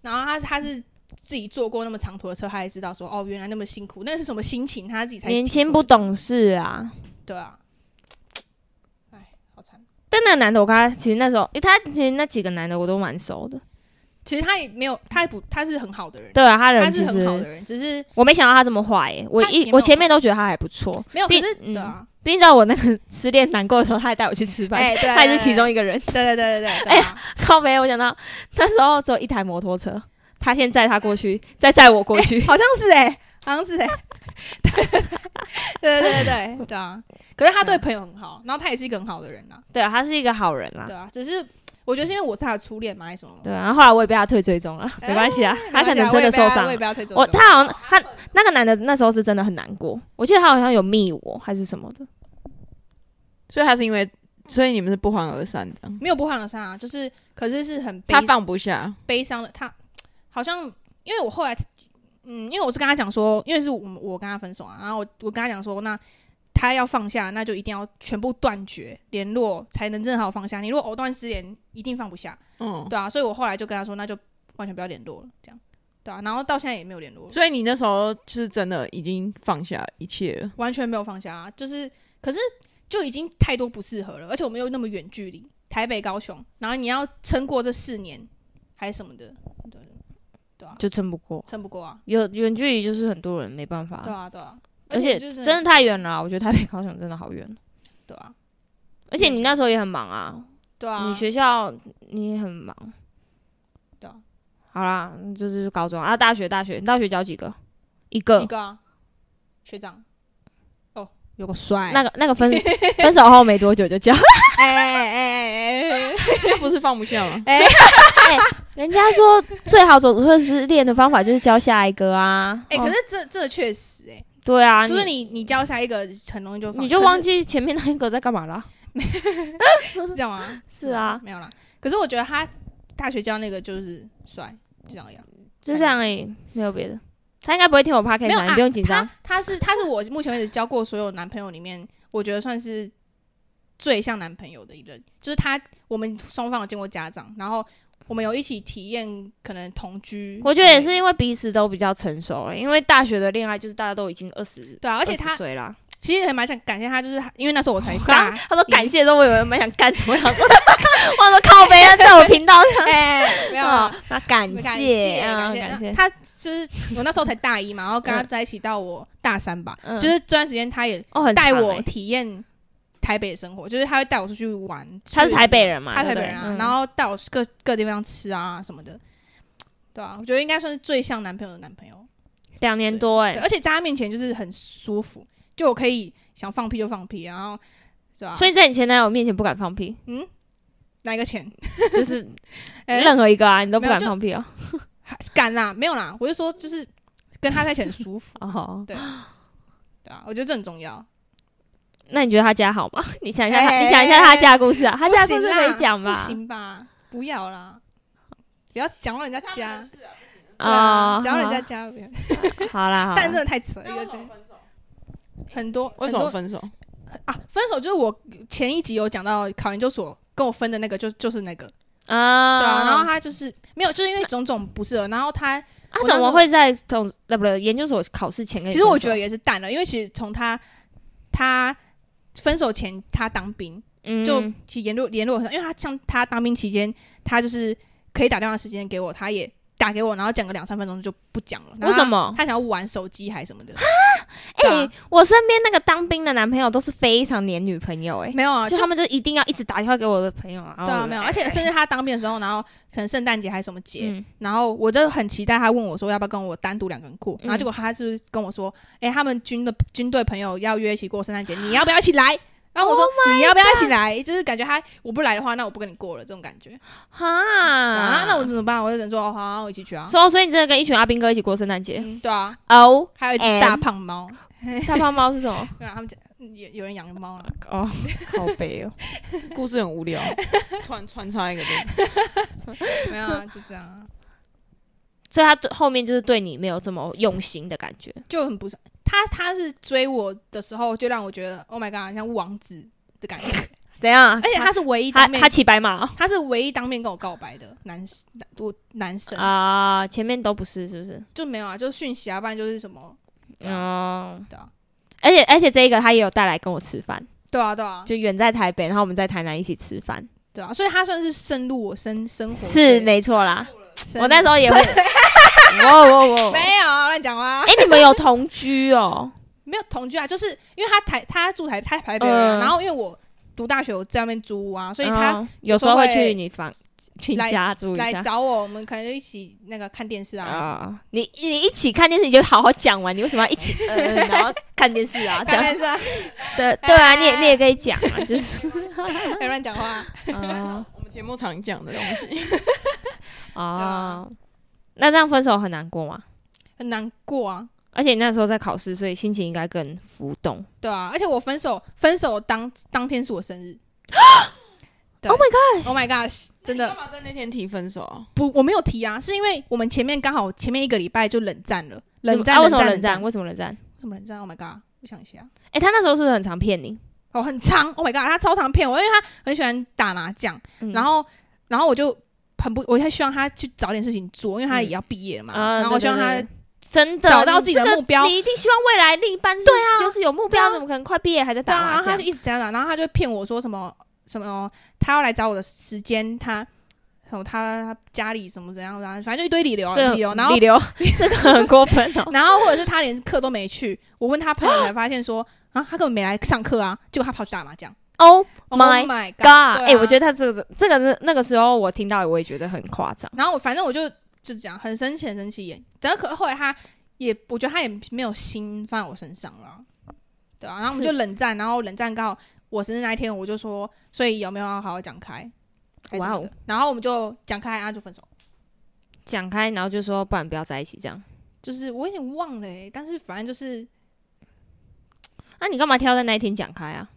Speaker 2: 然后他他是自己坐过那么长途的车，他也知道说哦，原来那么辛苦，那是什么心情，他自己才
Speaker 1: 年
Speaker 2: 体
Speaker 1: 轻
Speaker 2: 会
Speaker 1: 不，懂事啊。
Speaker 2: 对啊，哎，好惨。
Speaker 1: 但那个男的，我跟他其实那时候，因为他其实那几个男的我都蛮熟的，
Speaker 2: 其实他也没有，他也不，他是很好的人，
Speaker 1: 对啊，他
Speaker 2: 他
Speaker 1: 人
Speaker 2: 是
Speaker 1: 其
Speaker 2: 很好的
Speaker 1: 实
Speaker 2: 人，只是
Speaker 1: 我没想到他这么坏、欸，我
Speaker 2: 他也没
Speaker 1: 一
Speaker 2: 有
Speaker 1: 我前面都觉得他还不错，
Speaker 2: 没有，可
Speaker 1: 并
Speaker 2: 是
Speaker 1: 嗯
Speaker 2: 对啊，
Speaker 1: 毕竟到我那个 失恋难过的时候，他还带我去吃饭，
Speaker 2: 哎，对，
Speaker 1: 嗯他也是其中
Speaker 2: 一，
Speaker 1: 一个人。
Speaker 2: 对对对对对对
Speaker 1: 哎
Speaker 2: 啊，
Speaker 1: 靠北，我想到那时候只有一台摩托车，他先载他过去，再载我过 去，
Speaker 2: 好像是哎，好像 是哎，对对对对对对啊！可是他对朋友很好，然后他也是一个很好的人啊，
Speaker 1: 嗯对啊，他是一个好人啦
Speaker 2: 对。啊，只是我觉得是因为我是他的初恋嘛，还是什么？
Speaker 1: 对啊，然后后来我也被他退追踪了，没关系啊，他可能真的受伤
Speaker 2: 我
Speaker 1: 了
Speaker 2: 也不。要推走。
Speaker 1: 我他好像他那个男的那时候是真的很难过，我记得他好像有密我还是什么的，
Speaker 3: 所以他是因为，所以你们是不欢而散的。
Speaker 2: 没有不欢而散啊，就是可是是很悲
Speaker 3: 他放不下，
Speaker 2: 悲伤的，他好像因为我后来，嗯，因为我是跟他讲说，因为是我们我跟他分手啊，然后我我跟他讲说，那他要放下，那就一定要全部断绝联络，才能正好放下。你如果藕断丝连，一定放不下，
Speaker 3: 嗯，
Speaker 2: 对啊，所以我后来就跟他说，那就完全不要联络了，这样，对啊，然后到现在也没有联络了，
Speaker 3: 所以你那时候是真的已经放下一切 了。
Speaker 2: 完全没有放下啊，就是可是就已经太多不适合了，而且我们又那么远距离，台北高雄，然后你要撑过这四年还是什么的，对对啊，
Speaker 1: 就撑不过。
Speaker 2: 撑不过啊，
Speaker 1: 有远距离就是很多人没办法，
Speaker 2: 对啊对啊，
Speaker 1: 而且
Speaker 2: 就是
Speaker 1: 真的太远了啊、我觉得台北高雄真的好远。
Speaker 2: 对啊
Speaker 1: 而且你那时候也很忙啊，
Speaker 2: 对啊，
Speaker 1: 你学校你也很忙。
Speaker 2: 对啊，
Speaker 1: 好啦，嗯这就是高中啊，大学大学大学交几个？一
Speaker 2: 一
Speaker 1: 个，
Speaker 2: 个啊学长，哦有个帅，
Speaker 1: 那个那个 分分手后没多久就交，
Speaker 2: 哎哎哎哎哎
Speaker 3: 他不是放不 下吗？
Speaker 1: 人家说最好走出失恋的方法就是交下一个啊。
Speaker 2: 哎，可
Speaker 1: 哦
Speaker 2: 是这这确实哎、
Speaker 1: 对啊，
Speaker 2: 就是你你交下一个很容易就放
Speaker 1: 你就
Speaker 2: 可是
Speaker 1: 忘记前面那一个在干嘛啦？
Speaker 2: 是这样吗？
Speaker 1: 是啊，
Speaker 2: 没有啦。可是我觉得他大学交那个就是帅，就这样样。
Speaker 1: 就这样而已，没有别的。他应该不会听我 podcast，
Speaker 2: 没有
Speaker 1: 啊啊你不用紧张
Speaker 2: 他。他是他是我目前为止交过所有男朋友里面，我觉得算是最像男朋友的一任。就是他，我们双方有见过家长，然后我们有一起体验可能同居。
Speaker 1: 我觉得也是。因为彼此都比较成熟了，因为大学的恋爱就是大家都已经二十，
Speaker 2: 对啊，而且他
Speaker 1: 岁啦。
Speaker 2: 其实也蛮想感谢他，就是他因为那时候 我才
Speaker 1: 刚
Speaker 2: 大，
Speaker 1: 他说感谢的时候，我以为蛮想干什么，啊我 想说，我说靠背啊，在我频道上。
Speaker 2: 哎， 没有啦
Speaker 1: 啊，那感
Speaker 2: 感
Speaker 1: 谢，
Speaker 2: 感
Speaker 1: 嗯，
Speaker 2: 谢
Speaker 1: 感
Speaker 2: 那
Speaker 1: 谢。
Speaker 2: 他就是我那时候才大一嘛，然后跟他在一起到我大三吧，
Speaker 1: 嗯
Speaker 2: 就是这段时间他也
Speaker 1: 哦，很
Speaker 2: 带
Speaker 1: 长
Speaker 2: 我
Speaker 1: 欸，
Speaker 2: 体验台北的生活，就是他会带我出去玩。
Speaker 1: 他是
Speaker 2: 去
Speaker 1: 台北人嘛，
Speaker 2: 他台
Speaker 1: 对不对
Speaker 2: 北人啊，
Speaker 1: 嗯
Speaker 2: 然后带我各各地方吃啊什么的，对啊，我觉得应该算是最像男朋友的男朋友，
Speaker 1: 两年多
Speaker 2: 对，
Speaker 1: 哎，
Speaker 2: 而且在他面前就是很舒服，就我可以想放屁就放屁，然后对啊，
Speaker 1: 所以在你前男友面前不敢放 屁，
Speaker 2: 哪一个钱
Speaker 1: 就是
Speaker 2: 哎
Speaker 1: 任何一个啊，你都不
Speaker 2: 没有
Speaker 1: 敢
Speaker 2: 就
Speaker 1: 放屁哦。，
Speaker 2: 敢啦？没有啦，我就说就是跟他在一起很舒服
Speaker 1: 哦，
Speaker 2: 对对啊，我觉得这很重要。
Speaker 1: 那你觉得他家好吗？ 你想一下他，
Speaker 2: 哎
Speaker 1: 你想一下他家的故事啊，他家的故
Speaker 2: 不
Speaker 1: 事
Speaker 2: 行
Speaker 1: 可
Speaker 2: 啦
Speaker 1: 以讲吧
Speaker 2: 哎不？行吧，不要啦，不要讲到人家家，对
Speaker 1: 啊
Speaker 2: 啊，，讲到人家家不要，
Speaker 1: 好啦，好啦 哦
Speaker 2: 但真的太扯了，一个真很多
Speaker 3: 为什么
Speaker 2: 很多
Speaker 3: 分手？
Speaker 2: 啊？分手就是我前一集有讲到考研究所跟我分的那个，就就是那个，
Speaker 1: 啊，
Speaker 2: 对啊，然后他就是没有，就是因为种种不适合，然后他
Speaker 1: 他
Speaker 2: 我那
Speaker 1: 怎
Speaker 2: 时
Speaker 1: 么
Speaker 2: 候
Speaker 1: 会在同呃不对研究所考试前跟你
Speaker 2: 其实我
Speaker 1: 分手
Speaker 2: 觉得，也是淡了，因为其实从他他分手前他当兵，
Speaker 1: 嗯
Speaker 2: 就其实联络联络上，因为他像他当兵期间，他就是可以打电话时间给我，他也打给我，然后讲个两三分钟就不讲了。然
Speaker 1: 为
Speaker 2: 后他
Speaker 1: 什？么？
Speaker 2: 他想要玩手机还是什么的？
Speaker 1: 哎、
Speaker 2: 对啊
Speaker 1: 我身边那个当兵的男朋友都是非常黏女朋友、哎、
Speaker 2: 没有啊，
Speaker 1: 就
Speaker 2: 就
Speaker 1: 他们就一定要一直打电话给我的朋友啊。
Speaker 2: 对啊，没有。而且甚至他当兵的时候，然后可能圣诞节还是什么节，
Speaker 1: 嗯，
Speaker 2: 然后我就很期待他问我说要不要跟我单独两个人过，
Speaker 1: 嗯
Speaker 2: 然后结果他是跟我说，哎、他们军的军队朋友要约一起过圣诞节，你要不要一起来？然后我说、
Speaker 1: Oh
Speaker 2: 你要不要一起来？就是感觉他我不来的话，那我不跟你过了这种感觉。
Speaker 1: 哈、
Speaker 2: 啊，那我怎么办？我就只能说哦，好、啊，我一起去啊。
Speaker 1: 所以所以你真的跟一群阿兵哥一起过圣诞节？
Speaker 2: 嗯，对啊，
Speaker 1: 哦，
Speaker 2: 还有一只
Speaker 1: And-
Speaker 2: 大胖猫，
Speaker 1: 大胖猫是什么？
Speaker 2: 对啊，他们家有有人养猫啊，
Speaker 1: 哦，靠背哦。
Speaker 3: 故事很无聊， 突然穿插一个这个，
Speaker 2: 没有啊，就这样啊，
Speaker 1: 所以他对后面就是对你没有这么用心的感觉。
Speaker 2: 就很不爽。他他是追我的时候，就让我觉得 Oh my God，像王子的感觉，
Speaker 1: 怎样啊？
Speaker 2: 而且他是唯一
Speaker 1: 他
Speaker 2: 当
Speaker 1: 他
Speaker 2: 面
Speaker 1: 他，骑白马哦
Speaker 2: 他是唯一当面跟我告白的男男我男生，
Speaker 1: 啊、前面都不是，是不是？
Speaker 2: 就没有啊，就是讯息啊，不然就是什么，对啊
Speaker 1: 哦、
Speaker 2: 对啊
Speaker 1: 而且而且这一个他也有带来跟我吃饭，
Speaker 2: 对啊对啊
Speaker 1: 就远在台北，然后我们在台南一起吃饭，
Speaker 2: 对啊，所以他算是深入我生生活
Speaker 1: 是
Speaker 2: 最
Speaker 1: 没错啦。
Speaker 2: 深入，
Speaker 1: 我那时候也会， 哇哇哇！
Speaker 2: 没有啊乱讲话，
Speaker 1: 哎、你们有同居哦？
Speaker 2: 没有同居啊，就是因为他台他住台他台北人啊，
Speaker 1: 嗯
Speaker 2: 然后因为我读大学我在外面租屋啊，所以他
Speaker 1: 嗯有时候会去你房、去你
Speaker 2: 来
Speaker 1: 家住一
Speaker 2: 来
Speaker 1: 下
Speaker 2: 找我，我们可能就一起那个看电视啊什么，
Speaker 1: 啊。你你一起看电视，你就好好讲完，你为什么要一起 呃，然后看电视 啊？这
Speaker 2: 看
Speaker 1: 样
Speaker 2: 电视啊，
Speaker 1: 对对啊，你也你也可以讲啊， 就是
Speaker 2: 别哎乱讲话。
Speaker 1: 啊
Speaker 3: 我们节目常讲的东西。
Speaker 1: 啊。那这样分手很难过吗？
Speaker 2: 很难过啊，
Speaker 1: 而且你那时候在考试，所以心情应该更浮动。
Speaker 2: 对啊，而且我分手分手当当天是我 生日。对
Speaker 1: Oh my
Speaker 2: Oh my gosh！真
Speaker 3: 干
Speaker 2: 的
Speaker 3: 嘛在那天提分手啊？
Speaker 2: 不，我没有提啊，是因为我们前面刚好前面一个礼拜就冷战了，冷战，
Speaker 1: 啊为什么
Speaker 2: 冷
Speaker 1: 冷
Speaker 2: 战？
Speaker 1: 战？
Speaker 2: 为
Speaker 1: 为什么冷战？
Speaker 2: 什么冷战？Oh my god！我想一下，
Speaker 1: 哎、他那时候是不是很常骗你？
Speaker 2: 哦，很长，Oh my god，他超常骗我，因为他很喜欢打麻将，
Speaker 1: 嗯
Speaker 2: 然后然后我就很不，我很希望他去找点事情做，因为他也要毕业了嘛，
Speaker 1: 啊，
Speaker 2: 然后我
Speaker 1: 对
Speaker 2: 希望
Speaker 1: 对
Speaker 2: 他
Speaker 1: 对真的
Speaker 2: 找到自己的
Speaker 1: 你这个
Speaker 2: 目标
Speaker 1: 你一定希望未来另一半对啊，就是有目标，怎么可能快毕业还在
Speaker 2: 对
Speaker 1: 打
Speaker 2: 啊，然
Speaker 1: 麻
Speaker 2: 后他
Speaker 1: 将
Speaker 2: 就？一直这样讲，然后他就骗我说什么什么，哦他要来找我的时间，他什么他他家里什么怎样，然后反正就一堆理由啊
Speaker 1: 这
Speaker 2: 理由，然后
Speaker 1: 理由 这个很 过分哦。
Speaker 2: 然后或者是他连课都没去，我问他朋友才发现说啊，他根本没来上课啊，结果他跑去打麻将
Speaker 1: Oh
Speaker 2: ，Oh
Speaker 1: My
Speaker 2: my god！
Speaker 1: God！哎、
Speaker 2: 对啊
Speaker 1: 我觉得他这个这个是那个时候我听到我也觉得很夸张。
Speaker 2: 然后我反正我就就这样，很生气，很生气耶。然后可后来他也，我觉得他也没有心放在我身上了。对啊，然后我们
Speaker 1: 是
Speaker 2: 就冷战，然后冷战刚好我生日那一天，我就说，所以有没有要好好讲开？还是什么的
Speaker 1: 哇哦！
Speaker 2: 然后我们就讲开，然后就分手。
Speaker 1: 讲开，然后就说不然不要在一起这样。
Speaker 2: 就是我有点忘了、欸，但是反正就是
Speaker 1: 那、啊你干嘛挑在那一天讲开啊？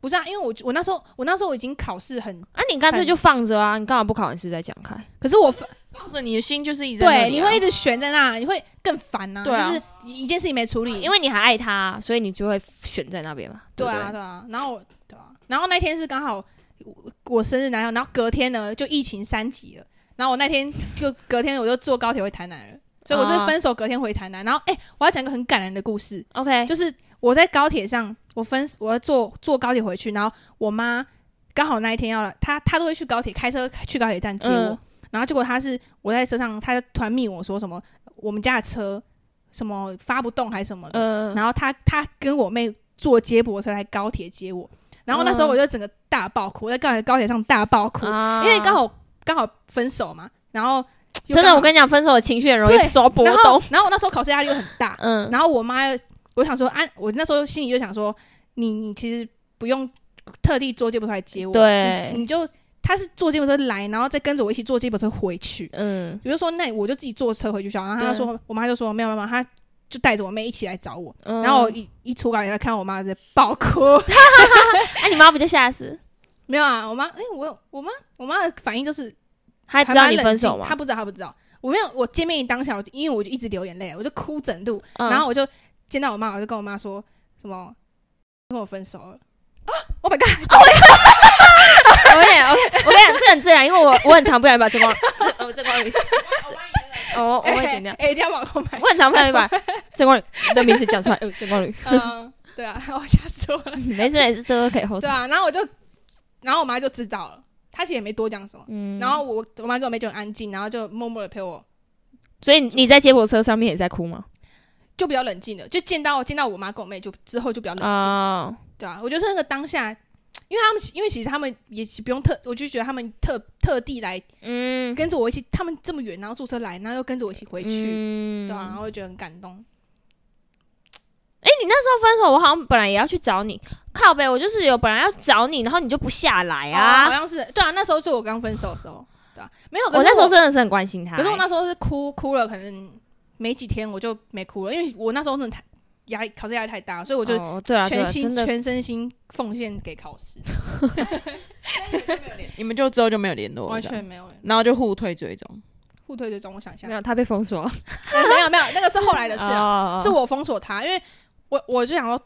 Speaker 2: 不是啊，因为我我那时候我那时候已经考试很，
Speaker 1: 啊，你干脆就放着啊，你干嘛不考完试再讲开？
Speaker 2: 可是我分
Speaker 3: 放着你的心就是一直在那
Speaker 2: 对
Speaker 3: 里
Speaker 2: 你
Speaker 3: 啊
Speaker 2: 会一直悬在那，你会更烦呐、
Speaker 3: 对啊
Speaker 2: 就是一一件事情没处理，
Speaker 1: 因为你还爱他、所以你就会选在那边嘛。
Speaker 2: 嗯对
Speaker 1: 不
Speaker 2: 啊，对啊，然后我对啊，然后那天是刚好我我生日那天，然后隔天呢就疫情三级了，然后我那天就隔天我就坐高铁回台南了，所以我是
Speaker 1: 啊
Speaker 2: 分手隔天回台南，然后哎、我要讲一个很感人的故事，
Speaker 1: OK，
Speaker 2: 就是我在高铁上，我分我要坐坐高铁回去，然后我妈刚好那一天要来，她她都会去高铁开车去高铁站接我，
Speaker 1: 嗯
Speaker 2: 然后结果她是我在车上，她就突然密我说什么我们家的车什么发不动还是什么的，
Speaker 1: 嗯、
Speaker 2: 然后她她跟我妹坐接驳车来高铁接我，然后那
Speaker 1: 嗯
Speaker 2: 时候我就整个大爆哭，我在高铁高铁上大爆哭，
Speaker 1: 啊
Speaker 2: 因为刚好刚好分手嘛，然后又
Speaker 1: 真
Speaker 2: 刚
Speaker 1: 的，
Speaker 2: 好
Speaker 1: 我跟你讲，分手的情绪很容
Speaker 2: 对
Speaker 1: 易受波
Speaker 2: 然后
Speaker 1: 动。
Speaker 2: 然后我那时候考试压力又很大，
Speaker 1: 嗯，
Speaker 2: 然后我妈又，我想说，啊，我那时候心里就想说，你你其实不用特地坐接驳车来接我，
Speaker 1: 对
Speaker 2: 你你就他是坐接驳车来，然后再跟着我一起坐接驳车回去。
Speaker 1: 嗯，
Speaker 2: 比如说，那我就自己坐车回去学校，然后他就说，我妈就说没有没有，她就带着我妹一起来找我。
Speaker 1: 嗯
Speaker 2: 然后我一一出来，看到我妈在 爆哭，
Speaker 1: 哎、你妈不就吓死？
Speaker 2: 没有啊，我妈，哎、我我妈我妈的反应就是
Speaker 1: 她知
Speaker 2: 还
Speaker 1: 道
Speaker 2: 蛮
Speaker 1: 你
Speaker 2: 冷
Speaker 1: 分手
Speaker 2: 静
Speaker 1: 吗
Speaker 2: 她？不知道，她不知道。我没有，我见面当下，我就因为我就一直流眼泪，我就哭整路，
Speaker 1: 嗯
Speaker 2: 然后我就见到我妈，我就跟我妈说什么跟我分手了。Oh my god！
Speaker 1: 我跟你讲，我我跟你讲，这很自然，因为我我很常不小心把这光 这我这光哦，我会剪掉。
Speaker 2: 哎、哎一定要往后买。
Speaker 1: 我很常不小心把郑 光宇的名字讲出来，呃，郑光宇，
Speaker 2: 嗯，对啊，我瞎说了。
Speaker 1: 没事没事，这都可以后置
Speaker 2: 对。啊，然后我就，然后我妈就知道了，她其实也没多讲什么。
Speaker 1: 嗯，
Speaker 2: 然后我我妈跟我妹就很安静，然后就默默的陪我，
Speaker 1: 所以你在接驳车上面也在哭吗？
Speaker 2: 就比较冷静的，就见到见到我妈跟我妹就之后就比较冷静。
Speaker 1: 啊，
Speaker 2: 对啊，我觉得是那个当下，因为他们其因为其实他们也不用特，我就觉得他们特特地来
Speaker 1: 嗯，
Speaker 2: 跟着我一起，他们这么远，然后坐车来，然后又跟着我一起回去，
Speaker 1: 嗯
Speaker 2: 对啊，然后我就觉得很感动。
Speaker 1: 哎、你那时候分手，我好像本来也要去找你，靠呗，我就是有本来要找你，然后你就不下来
Speaker 2: 啊，好
Speaker 1: 啊。
Speaker 2: 像是对啊，那时候就我刚分手的时候，对啊，没有，可是
Speaker 1: 我那时候真的是很关心他、欸
Speaker 2: 可是我那时候是哭哭了，可能没几天我就没哭了，因为我那时候真的太压力，考试压力太大，所以我就
Speaker 1: 哦、对啊，对
Speaker 2: 全
Speaker 1: 啊，
Speaker 2: 心、
Speaker 1: 真的
Speaker 2: 全身心奉献给考试，
Speaker 3: 你们就之后就没有联络了，
Speaker 2: 完
Speaker 3: 这
Speaker 2: 全
Speaker 3: 样
Speaker 2: 没有
Speaker 3: 然后就互推追踪。
Speaker 2: 互推追踪。我想一下，
Speaker 1: 没有，他被封锁了，
Speaker 2: 哎没有没有，那个 是后来的事了，
Speaker 1: 哦
Speaker 2: 是我封锁他，因为我我就想说，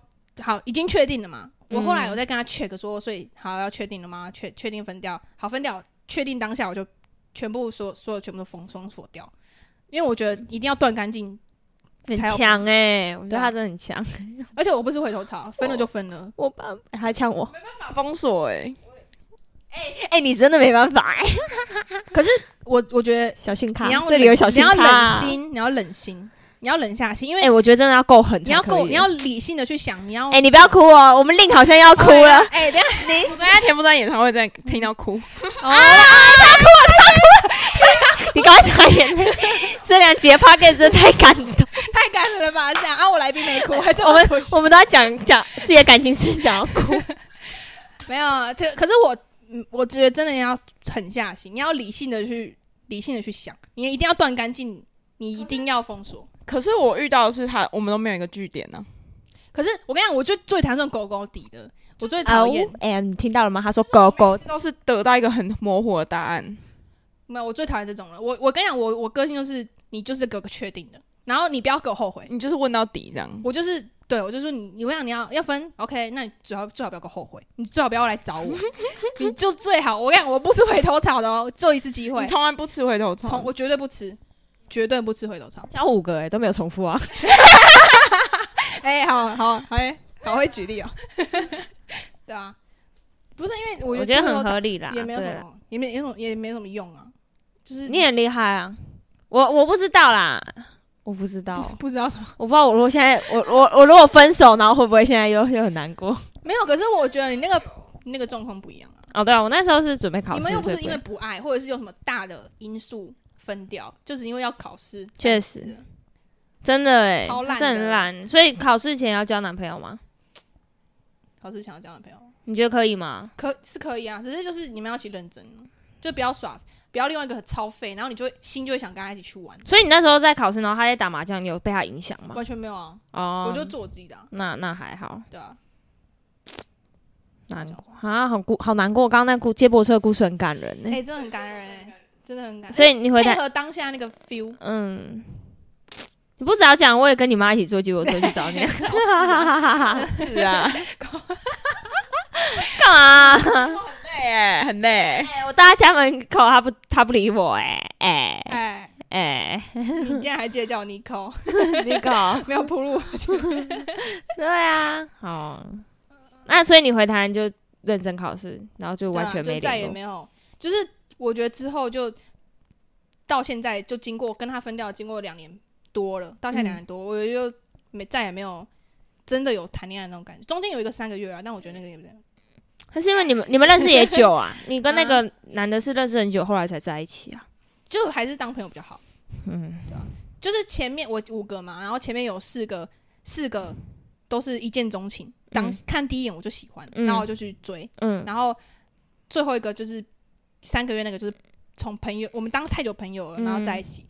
Speaker 2: 好，已经确定了嘛。
Speaker 1: 嗯
Speaker 2: 我后来我再跟他 check 说，所以好要确定了吗？确确定分掉，好分掉，确定当下我就全部所所有全部都封封锁掉，因为我觉得一定要断干净，
Speaker 1: 很
Speaker 2: 才有
Speaker 1: 强哎、我觉
Speaker 2: 对
Speaker 1: 得
Speaker 2: 啊
Speaker 1: 他真的很强。
Speaker 2: 而且我不是回头草，分了就分了。
Speaker 1: 我爸 他呛我，
Speaker 3: 封锁哎、
Speaker 1: 哎、你真的没办法哎、
Speaker 2: 我我觉得
Speaker 1: 小心他，
Speaker 2: 你要
Speaker 1: 这里有
Speaker 2: 冷
Speaker 1: 小
Speaker 2: 你
Speaker 1: 心
Speaker 2: 要
Speaker 1: 他。
Speaker 2: 冷心，你要冷心，你要冷下心，因
Speaker 1: 哎、
Speaker 2: 为
Speaker 1: 我觉得真的要够狠
Speaker 2: 你要
Speaker 1: 才可
Speaker 2: 够，
Speaker 1: 以
Speaker 2: 你要理性的去想，你要
Speaker 1: 哎、你不要哭哦，我啊们令好像要哭了。
Speaker 2: 哎，等一下
Speaker 3: 我在田馥甄演唱会在听到 哭，
Speaker 1: 你赶快擦眼 泪，这两节 p o c k e t 真的太感 动。
Speaker 2: 太感人了吧？这样啊，我来宾没哭，还是
Speaker 1: 我
Speaker 2: 我
Speaker 1: 们我们都要讲讲自己的感情是想要哭，
Speaker 2: 没有啊，这可是我，嗯我觉得真的要狠下心，你要理性的去理性的去想，你一定要断干净，你一定要封锁。
Speaker 3: 可是我遇到的是他，我们都没有一个据点呢、啊
Speaker 2: 可是我跟你讲，我就最讨厌这种狗狗底的，我最
Speaker 1: 哦
Speaker 2: 讨厌，，
Speaker 1: 哎，你听到了吗？他说狗狗，
Speaker 3: 这都是得到一个很模糊的答案。
Speaker 2: 没有，我最讨厌这种了。我我跟你讲，我我个性就是你就是给我个确定的，然后你不要给我后悔。
Speaker 3: 你就是问到底这样，
Speaker 2: 我就是对我就说你，你我想你要要分，OK，那你最好最好不要给我后悔，你最好不要来找我， 你就最好。我跟你讲，我不吃回头草的哦，就一次机会
Speaker 3: 你，从来不吃回头草
Speaker 2: 从。我绝对不吃，绝对不吃回头草。
Speaker 1: 教五个哎、都没有重复啊。
Speaker 2: 哎、好好哎、好会举 例哦。对啊，不是因为我
Speaker 1: 我
Speaker 2: 觉
Speaker 1: 觉
Speaker 2: 得
Speaker 1: 得
Speaker 2: 吃回头
Speaker 1: 很
Speaker 2: 草
Speaker 1: 合理啦，啊
Speaker 2: 也没有
Speaker 1: 对
Speaker 2: 什
Speaker 1: 啦
Speaker 2: 么，也没也没什么也没什么用啊，就是
Speaker 1: 你很厉害啊，我我不知道啦，我不知道
Speaker 2: 不，不知道什么
Speaker 1: 我不知道我如果现在我我我如果分手，然后会不会现在又又很难过？
Speaker 2: 没有。可是我觉得你那个你那个状况不一样啊，
Speaker 1: 哦，对啊，我那时候是准备考
Speaker 2: 你
Speaker 1: 试，
Speaker 2: 们又不是
Speaker 1: 所以
Speaker 2: 因为不爱，或者是有什么大的因素分掉，就只因为要考试，
Speaker 1: 确实真的哎、
Speaker 2: 超烂的
Speaker 1: 真的很烂，所以考试前要交男朋友吗？
Speaker 2: 我是想要这样的朋友，
Speaker 1: 你觉得可以吗？
Speaker 2: 可是可以啊，只是就是你们要去认真，就不要耍，不要另外一个很超废，然后你就会心就会想跟他一起去玩，
Speaker 1: 所以你那时候在考试，然后他在打麻将，你有被他影响吗？
Speaker 2: 完全没有啊，
Speaker 1: 哦，
Speaker 2: 我就做我自己的、啊，
Speaker 1: 那那还好，
Speaker 2: 对啊，
Speaker 1: 难过啊，好过好难过。刚刚那故接驳车的故事很感人呢、欸
Speaker 2: 哎、真的很感人哎、真的很感人，
Speaker 1: 所以你回
Speaker 2: 配
Speaker 1: 台，
Speaker 2: 合当下那个 feel，
Speaker 1: 嗯，你不只要讲，我也跟你妈一起坐接驳车去找你，
Speaker 3: 是啊，
Speaker 1: 干嘛、
Speaker 3: 累哎，很累哎。
Speaker 1: 哎我到他家门口，他不他不理我、哎哎
Speaker 2: 哎、
Speaker 1: 哎，
Speaker 2: 你竟然还记得叫我 Nico，
Speaker 1: 你搞
Speaker 2: 没有铺 路，
Speaker 1: 对啊，好，那所以你回台湾就认真考试，然后就完全
Speaker 2: 对啊
Speaker 1: 没
Speaker 2: 就再也
Speaker 1: 联络。
Speaker 2: 没有，就是我觉得之后就到现在就经过跟他分掉，经过两年多了，到现在两年多，
Speaker 1: 嗯
Speaker 2: 我就没再也没有真的有谈恋爱那种感觉。中间有一个三个月啊，但我觉得那个也不对，
Speaker 1: 那是因为你们你们认 识也久啊，你跟那
Speaker 2: 嗯
Speaker 1: 个男的是认识很久，后来才在一起啊。
Speaker 2: 就还是当朋友比较好。啊
Speaker 1: 嗯，
Speaker 2: 就是前面我五个嘛，然后前面有四个，四个都是一见钟情，当、
Speaker 1: 嗯
Speaker 2: 看第一眼我就喜欢，
Speaker 1: 嗯
Speaker 2: 然后我就去追，
Speaker 1: 嗯
Speaker 2: 然后最后一个就是三个月那个就是从朋友，我们当太久朋友了，然后在一起。
Speaker 1: 嗯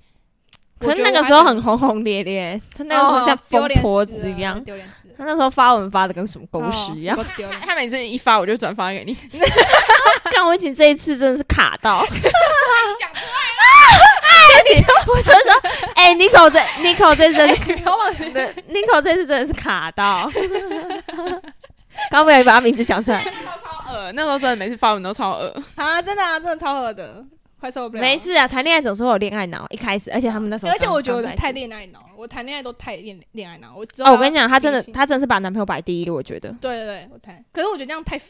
Speaker 1: 可是那个时候
Speaker 2: 哦
Speaker 1: 很轰轰烈烈，他那个时候像疯婆子一样，
Speaker 2: 丢脸哦死了，
Speaker 1: 他那时候发文发的跟什么狗屎一样。
Speaker 2: 哦，丢脸。
Speaker 3: 他每次一发我就转发给你，
Speaker 1: 看我请这一次真的是卡到，
Speaker 2: 讲
Speaker 1: 啊对不起我就说，哎，Nico 这 Nico 这次真的
Speaker 2: 哎不要忘了，
Speaker 1: 对，Nico 这次真的是卡到，刚不小心把他名字讲出来，
Speaker 3: 超恶。那时候真的每次发文都超恶。
Speaker 2: 啊，真的啊，真的超恶的，快受不了。
Speaker 1: 没，事啊，谈恋爱总是会有恋爱脑，一开始，而且他们那时候
Speaker 2: 而且
Speaker 1: 刚
Speaker 2: 我觉得我
Speaker 1: 刚在一起
Speaker 2: 太恋爱脑了，我谈恋爱都太恋恋爱脑，我知道。
Speaker 1: 哦，我跟你讲，她真的
Speaker 2: 理，性
Speaker 1: 她真的是把男朋友摆第一，我觉得。
Speaker 2: 对对对，我谈。可是我觉得这样太，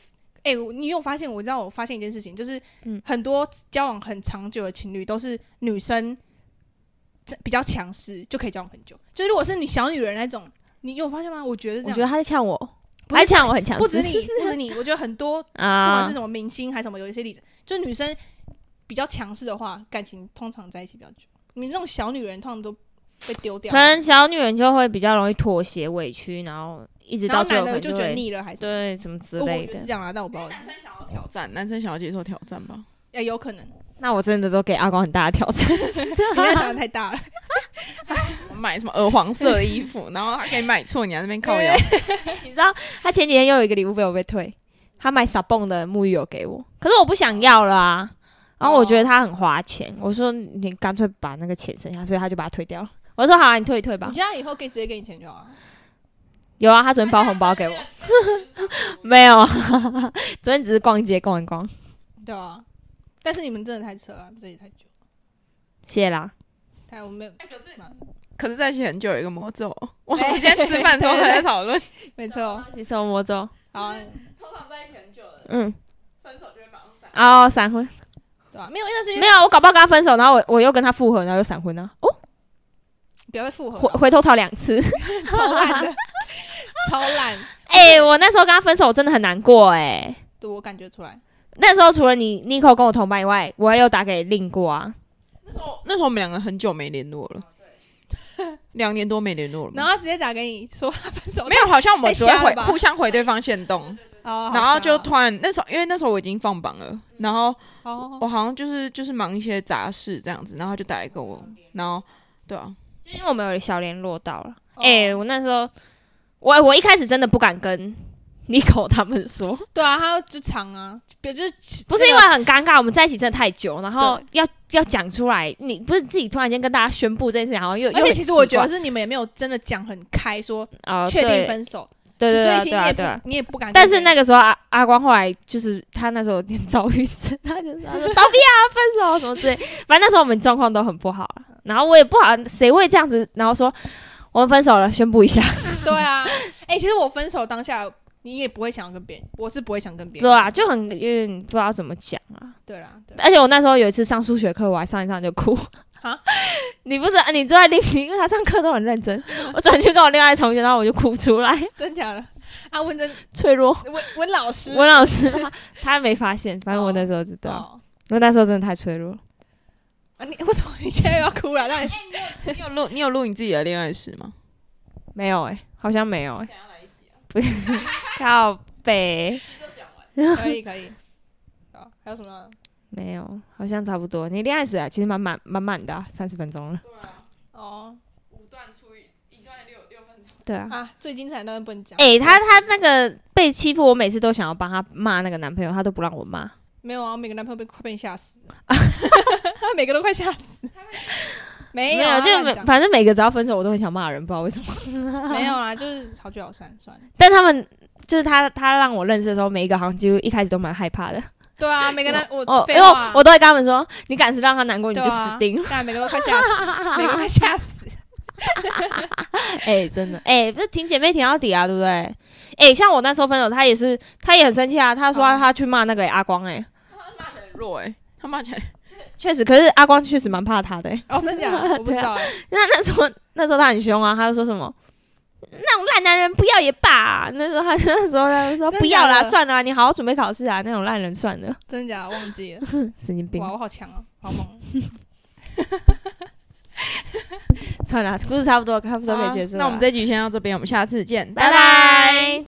Speaker 2: 哎、我你有发现？我知道我发现一件事情，就是
Speaker 1: 嗯
Speaker 2: 很多交往很长久的情侣都是女生比较强势，就可以交往很久。就是如果是你小女人那种，你有发现吗？我觉得这
Speaker 1: 我
Speaker 2: 样，
Speaker 1: 觉得她在呛我，
Speaker 2: 不
Speaker 1: 她
Speaker 2: 是
Speaker 1: 在呛我很强
Speaker 2: 不止
Speaker 1: 势
Speaker 2: 你，不止你， 我觉得很多不管
Speaker 1: 啊
Speaker 2: 是。什么明星还是什么，有一些例子，就女生比较强势的话，感情通常在一起比较久。你那种小女人，通常都被丢掉，
Speaker 1: 可能小女人就会比较容易妥协、委屈，然后一直
Speaker 2: 然
Speaker 1: 到
Speaker 2: 后
Speaker 1: 最
Speaker 2: 男
Speaker 1: 后可能
Speaker 2: 的就觉得
Speaker 1: 会
Speaker 2: 腻了，还是什么
Speaker 1: 对什么之
Speaker 2: 我我
Speaker 1: 类
Speaker 2: 觉
Speaker 1: 的
Speaker 2: 得是。这样啊，但我不知道，哎、
Speaker 3: 挑战，男生想要接受挑战吧？
Speaker 2: 有可能， 你
Speaker 1: 那我真的都给阿光很大的挑战。
Speaker 2: 那想的太大了。
Speaker 3: 我买什么鹅黄色的衣服，然后他给你买错，你还在那边靠腰。
Speaker 1: 你知道，他前几天又有一个礼物被我被退，他买 Sabon 的沐浴油给我，可是我不想要了啊。然后我觉得他很花钱，我说你干脆把那个钱省下，所以他就把它退掉了。我说好、啊，你退一退吧
Speaker 2: 你。这样以后可以直接给你钱就好了。
Speaker 1: 有啊，他昨天包红包给我。 没有啊，昨天只是逛街逛一逛，
Speaker 2: 对啊，但是你们真的太扯了，这也太久，
Speaker 1: 谢啦。
Speaker 2: 太我没有，
Speaker 3: 可是在一起很久有一个魔咒，我我今天吃饭的时候还在讨 论。
Speaker 2: 没错哦。
Speaker 1: 吸收魔咒，
Speaker 2: 好，
Speaker 3: 通常在一起很久的
Speaker 1: 嗯，
Speaker 3: 分手就会马上散。
Speaker 1: 哦，闪婚
Speaker 2: 对啊，没有，因为那是因
Speaker 1: 没
Speaker 2: 为
Speaker 1: 有，我搞不好跟他分手，然后我我又跟他复合，然后又闪婚啊，哦，
Speaker 2: 不要再复合
Speaker 1: 回
Speaker 2: 了，
Speaker 1: 回头草两次。
Speaker 2: 超烂的，超烂，
Speaker 1: 哎、我那时候跟他分手，我真的很难过哎、
Speaker 2: 对我感觉出来。
Speaker 1: 那时候除了你 Nico 跟我同班以外，我也有打给令过啊。
Speaker 3: 那时候那时候我们两个很久没联络了，两年多没联
Speaker 1: 嗯
Speaker 3: 络了
Speaker 2: 哦然
Speaker 3: 嘛。
Speaker 2: 后他直接打给你说他分手，
Speaker 3: 没有，好像我们只会
Speaker 2: 太瞎
Speaker 3: 回
Speaker 2: 了吧
Speaker 3: 互相回对方线动，
Speaker 2: 哦，
Speaker 3: 然后就
Speaker 2: 突
Speaker 3: 突然那时候，因为那时候我已经放榜了，然后
Speaker 2: 哦，
Speaker 3: 我好像就是就是忙一些杂事这样子，然后他就打来跟我，然后对啊，
Speaker 1: 就因为我们有小联络到了。
Speaker 2: 哦
Speaker 1: 哎、我那时候，我我一开始真的不敢跟 Nico 他们 说，
Speaker 2: 对啊，他要职场啊，别就是
Speaker 1: 不是因为很尴尬，我们在一起真的太久，然后要要讲出来，你不是自己突然间跟大家宣布这件事情，好像又
Speaker 2: 而且其实我觉得
Speaker 1: 是
Speaker 2: 是你们也没有真的讲很开，说
Speaker 1: 啊，
Speaker 2: 确定
Speaker 1: 对
Speaker 2: 分手，
Speaker 1: 对对
Speaker 2: 所以
Speaker 1: 对对
Speaker 2: 其实你也
Speaker 1: 啊
Speaker 2: 不、
Speaker 1: 对啊。
Speaker 2: 你也不敢跟别人。
Speaker 1: 但是那个时候阿阿光后来就是他那时候有点躁郁症，他就说他说都不要分手什么之类，反正那时候我们状况都很不好啊。然后我也不好，谁会这样子？然后说我们分手了，宣布一下。
Speaker 2: 对啊， 哎、其实我分手当下，你也不会想要跟别人，我是不会想跟别人
Speaker 1: 对啊，就很有点不知道怎么讲啊。
Speaker 2: 对啦，对啦，
Speaker 1: 而且我那时候有一次上数学课，我还上一上就哭。
Speaker 2: 啊，
Speaker 1: 你不是啊你坐在另，因为他上课都很认 真。我转去跟我另外一同学，然后我就哭出 来。
Speaker 2: 真假的啊？文真
Speaker 1: 脆弱，
Speaker 2: 文文老师，
Speaker 1: 文老师他他没发现，反正我那时候知道，
Speaker 2: 哦
Speaker 1: 因为那时候真的太脆弱了。
Speaker 2: 啊，你 为什么你现在又要哭啊了？那你
Speaker 3: 你有录你有录你自己的恋爱史
Speaker 1: 欸
Speaker 3: 吗？
Speaker 2: 啊
Speaker 1: 没有哎、好像没有哎、不靠北。
Speaker 2: 可以可以。好，还有什么？
Speaker 1: 没有，好像差不多。你恋爱史啊，其实蛮满蛮满的、啊，三十分钟了。
Speaker 2: 哦
Speaker 1: 对啊，
Speaker 2: 啊，最精彩的当然不能讲。
Speaker 1: 哎、她她那个被欺负，我每次都想要帮她骂那个男朋友，她都不让我骂。
Speaker 2: 没有啊，我每个男朋友被快被吓死了， 他每个都快吓死。没有啊，
Speaker 1: 就
Speaker 2: 乱
Speaker 1: 每
Speaker 2: 讲
Speaker 1: 反正每个只要分手，我都很想骂人，不知道为什么。
Speaker 2: 没有啊，就是好聚好散，算了。
Speaker 1: 但他们就是他，他让我认识的时候，每一个好像几乎一开始都蛮害怕的。
Speaker 2: 对啊，每个人
Speaker 1: 哦
Speaker 2: 我，
Speaker 1: 因
Speaker 2: 废
Speaker 1: 为
Speaker 2: 话啊
Speaker 1: 我，我都会跟他们说，你敢是让他难过，你
Speaker 2: 对
Speaker 1: 就
Speaker 2: 啊
Speaker 1: 死定了。
Speaker 2: 但每个都快 吓死，每个都快吓死。
Speaker 1: 哎、真的，哎、不是挺姐妹挺到底啊，对不对？哎、像我那时候分手，他也是，他也很生气啊，他说
Speaker 2: 哦
Speaker 1: 他去骂那个、阿光、哎，
Speaker 3: 很弱哎，他骂起来
Speaker 1: 确实，可是阿光确实蛮怕他的、哎
Speaker 2: 哦，真的假的？我不知道哎。
Speaker 1: 那那时候那时候他很凶啊，他就说什么那种烂男人不要也罢、啊那时候他 那时候他就说
Speaker 2: 真的
Speaker 1: 不要
Speaker 2: 假
Speaker 1: 啦，
Speaker 2: 的
Speaker 1: 算了啊、你好好准备考试啊，那种烂人算了，
Speaker 2: 真的假的？忘记了。
Speaker 1: 神经病
Speaker 2: 哇，，我好强啊，好猛哦！
Speaker 1: 算了啊，故事差不多，差不多可以
Speaker 3: 好啊
Speaker 1: 结束了、
Speaker 2: 啊
Speaker 1: 啊
Speaker 3: 那我们这集先到这边，我们下次见，
Speaker 1: 拜拜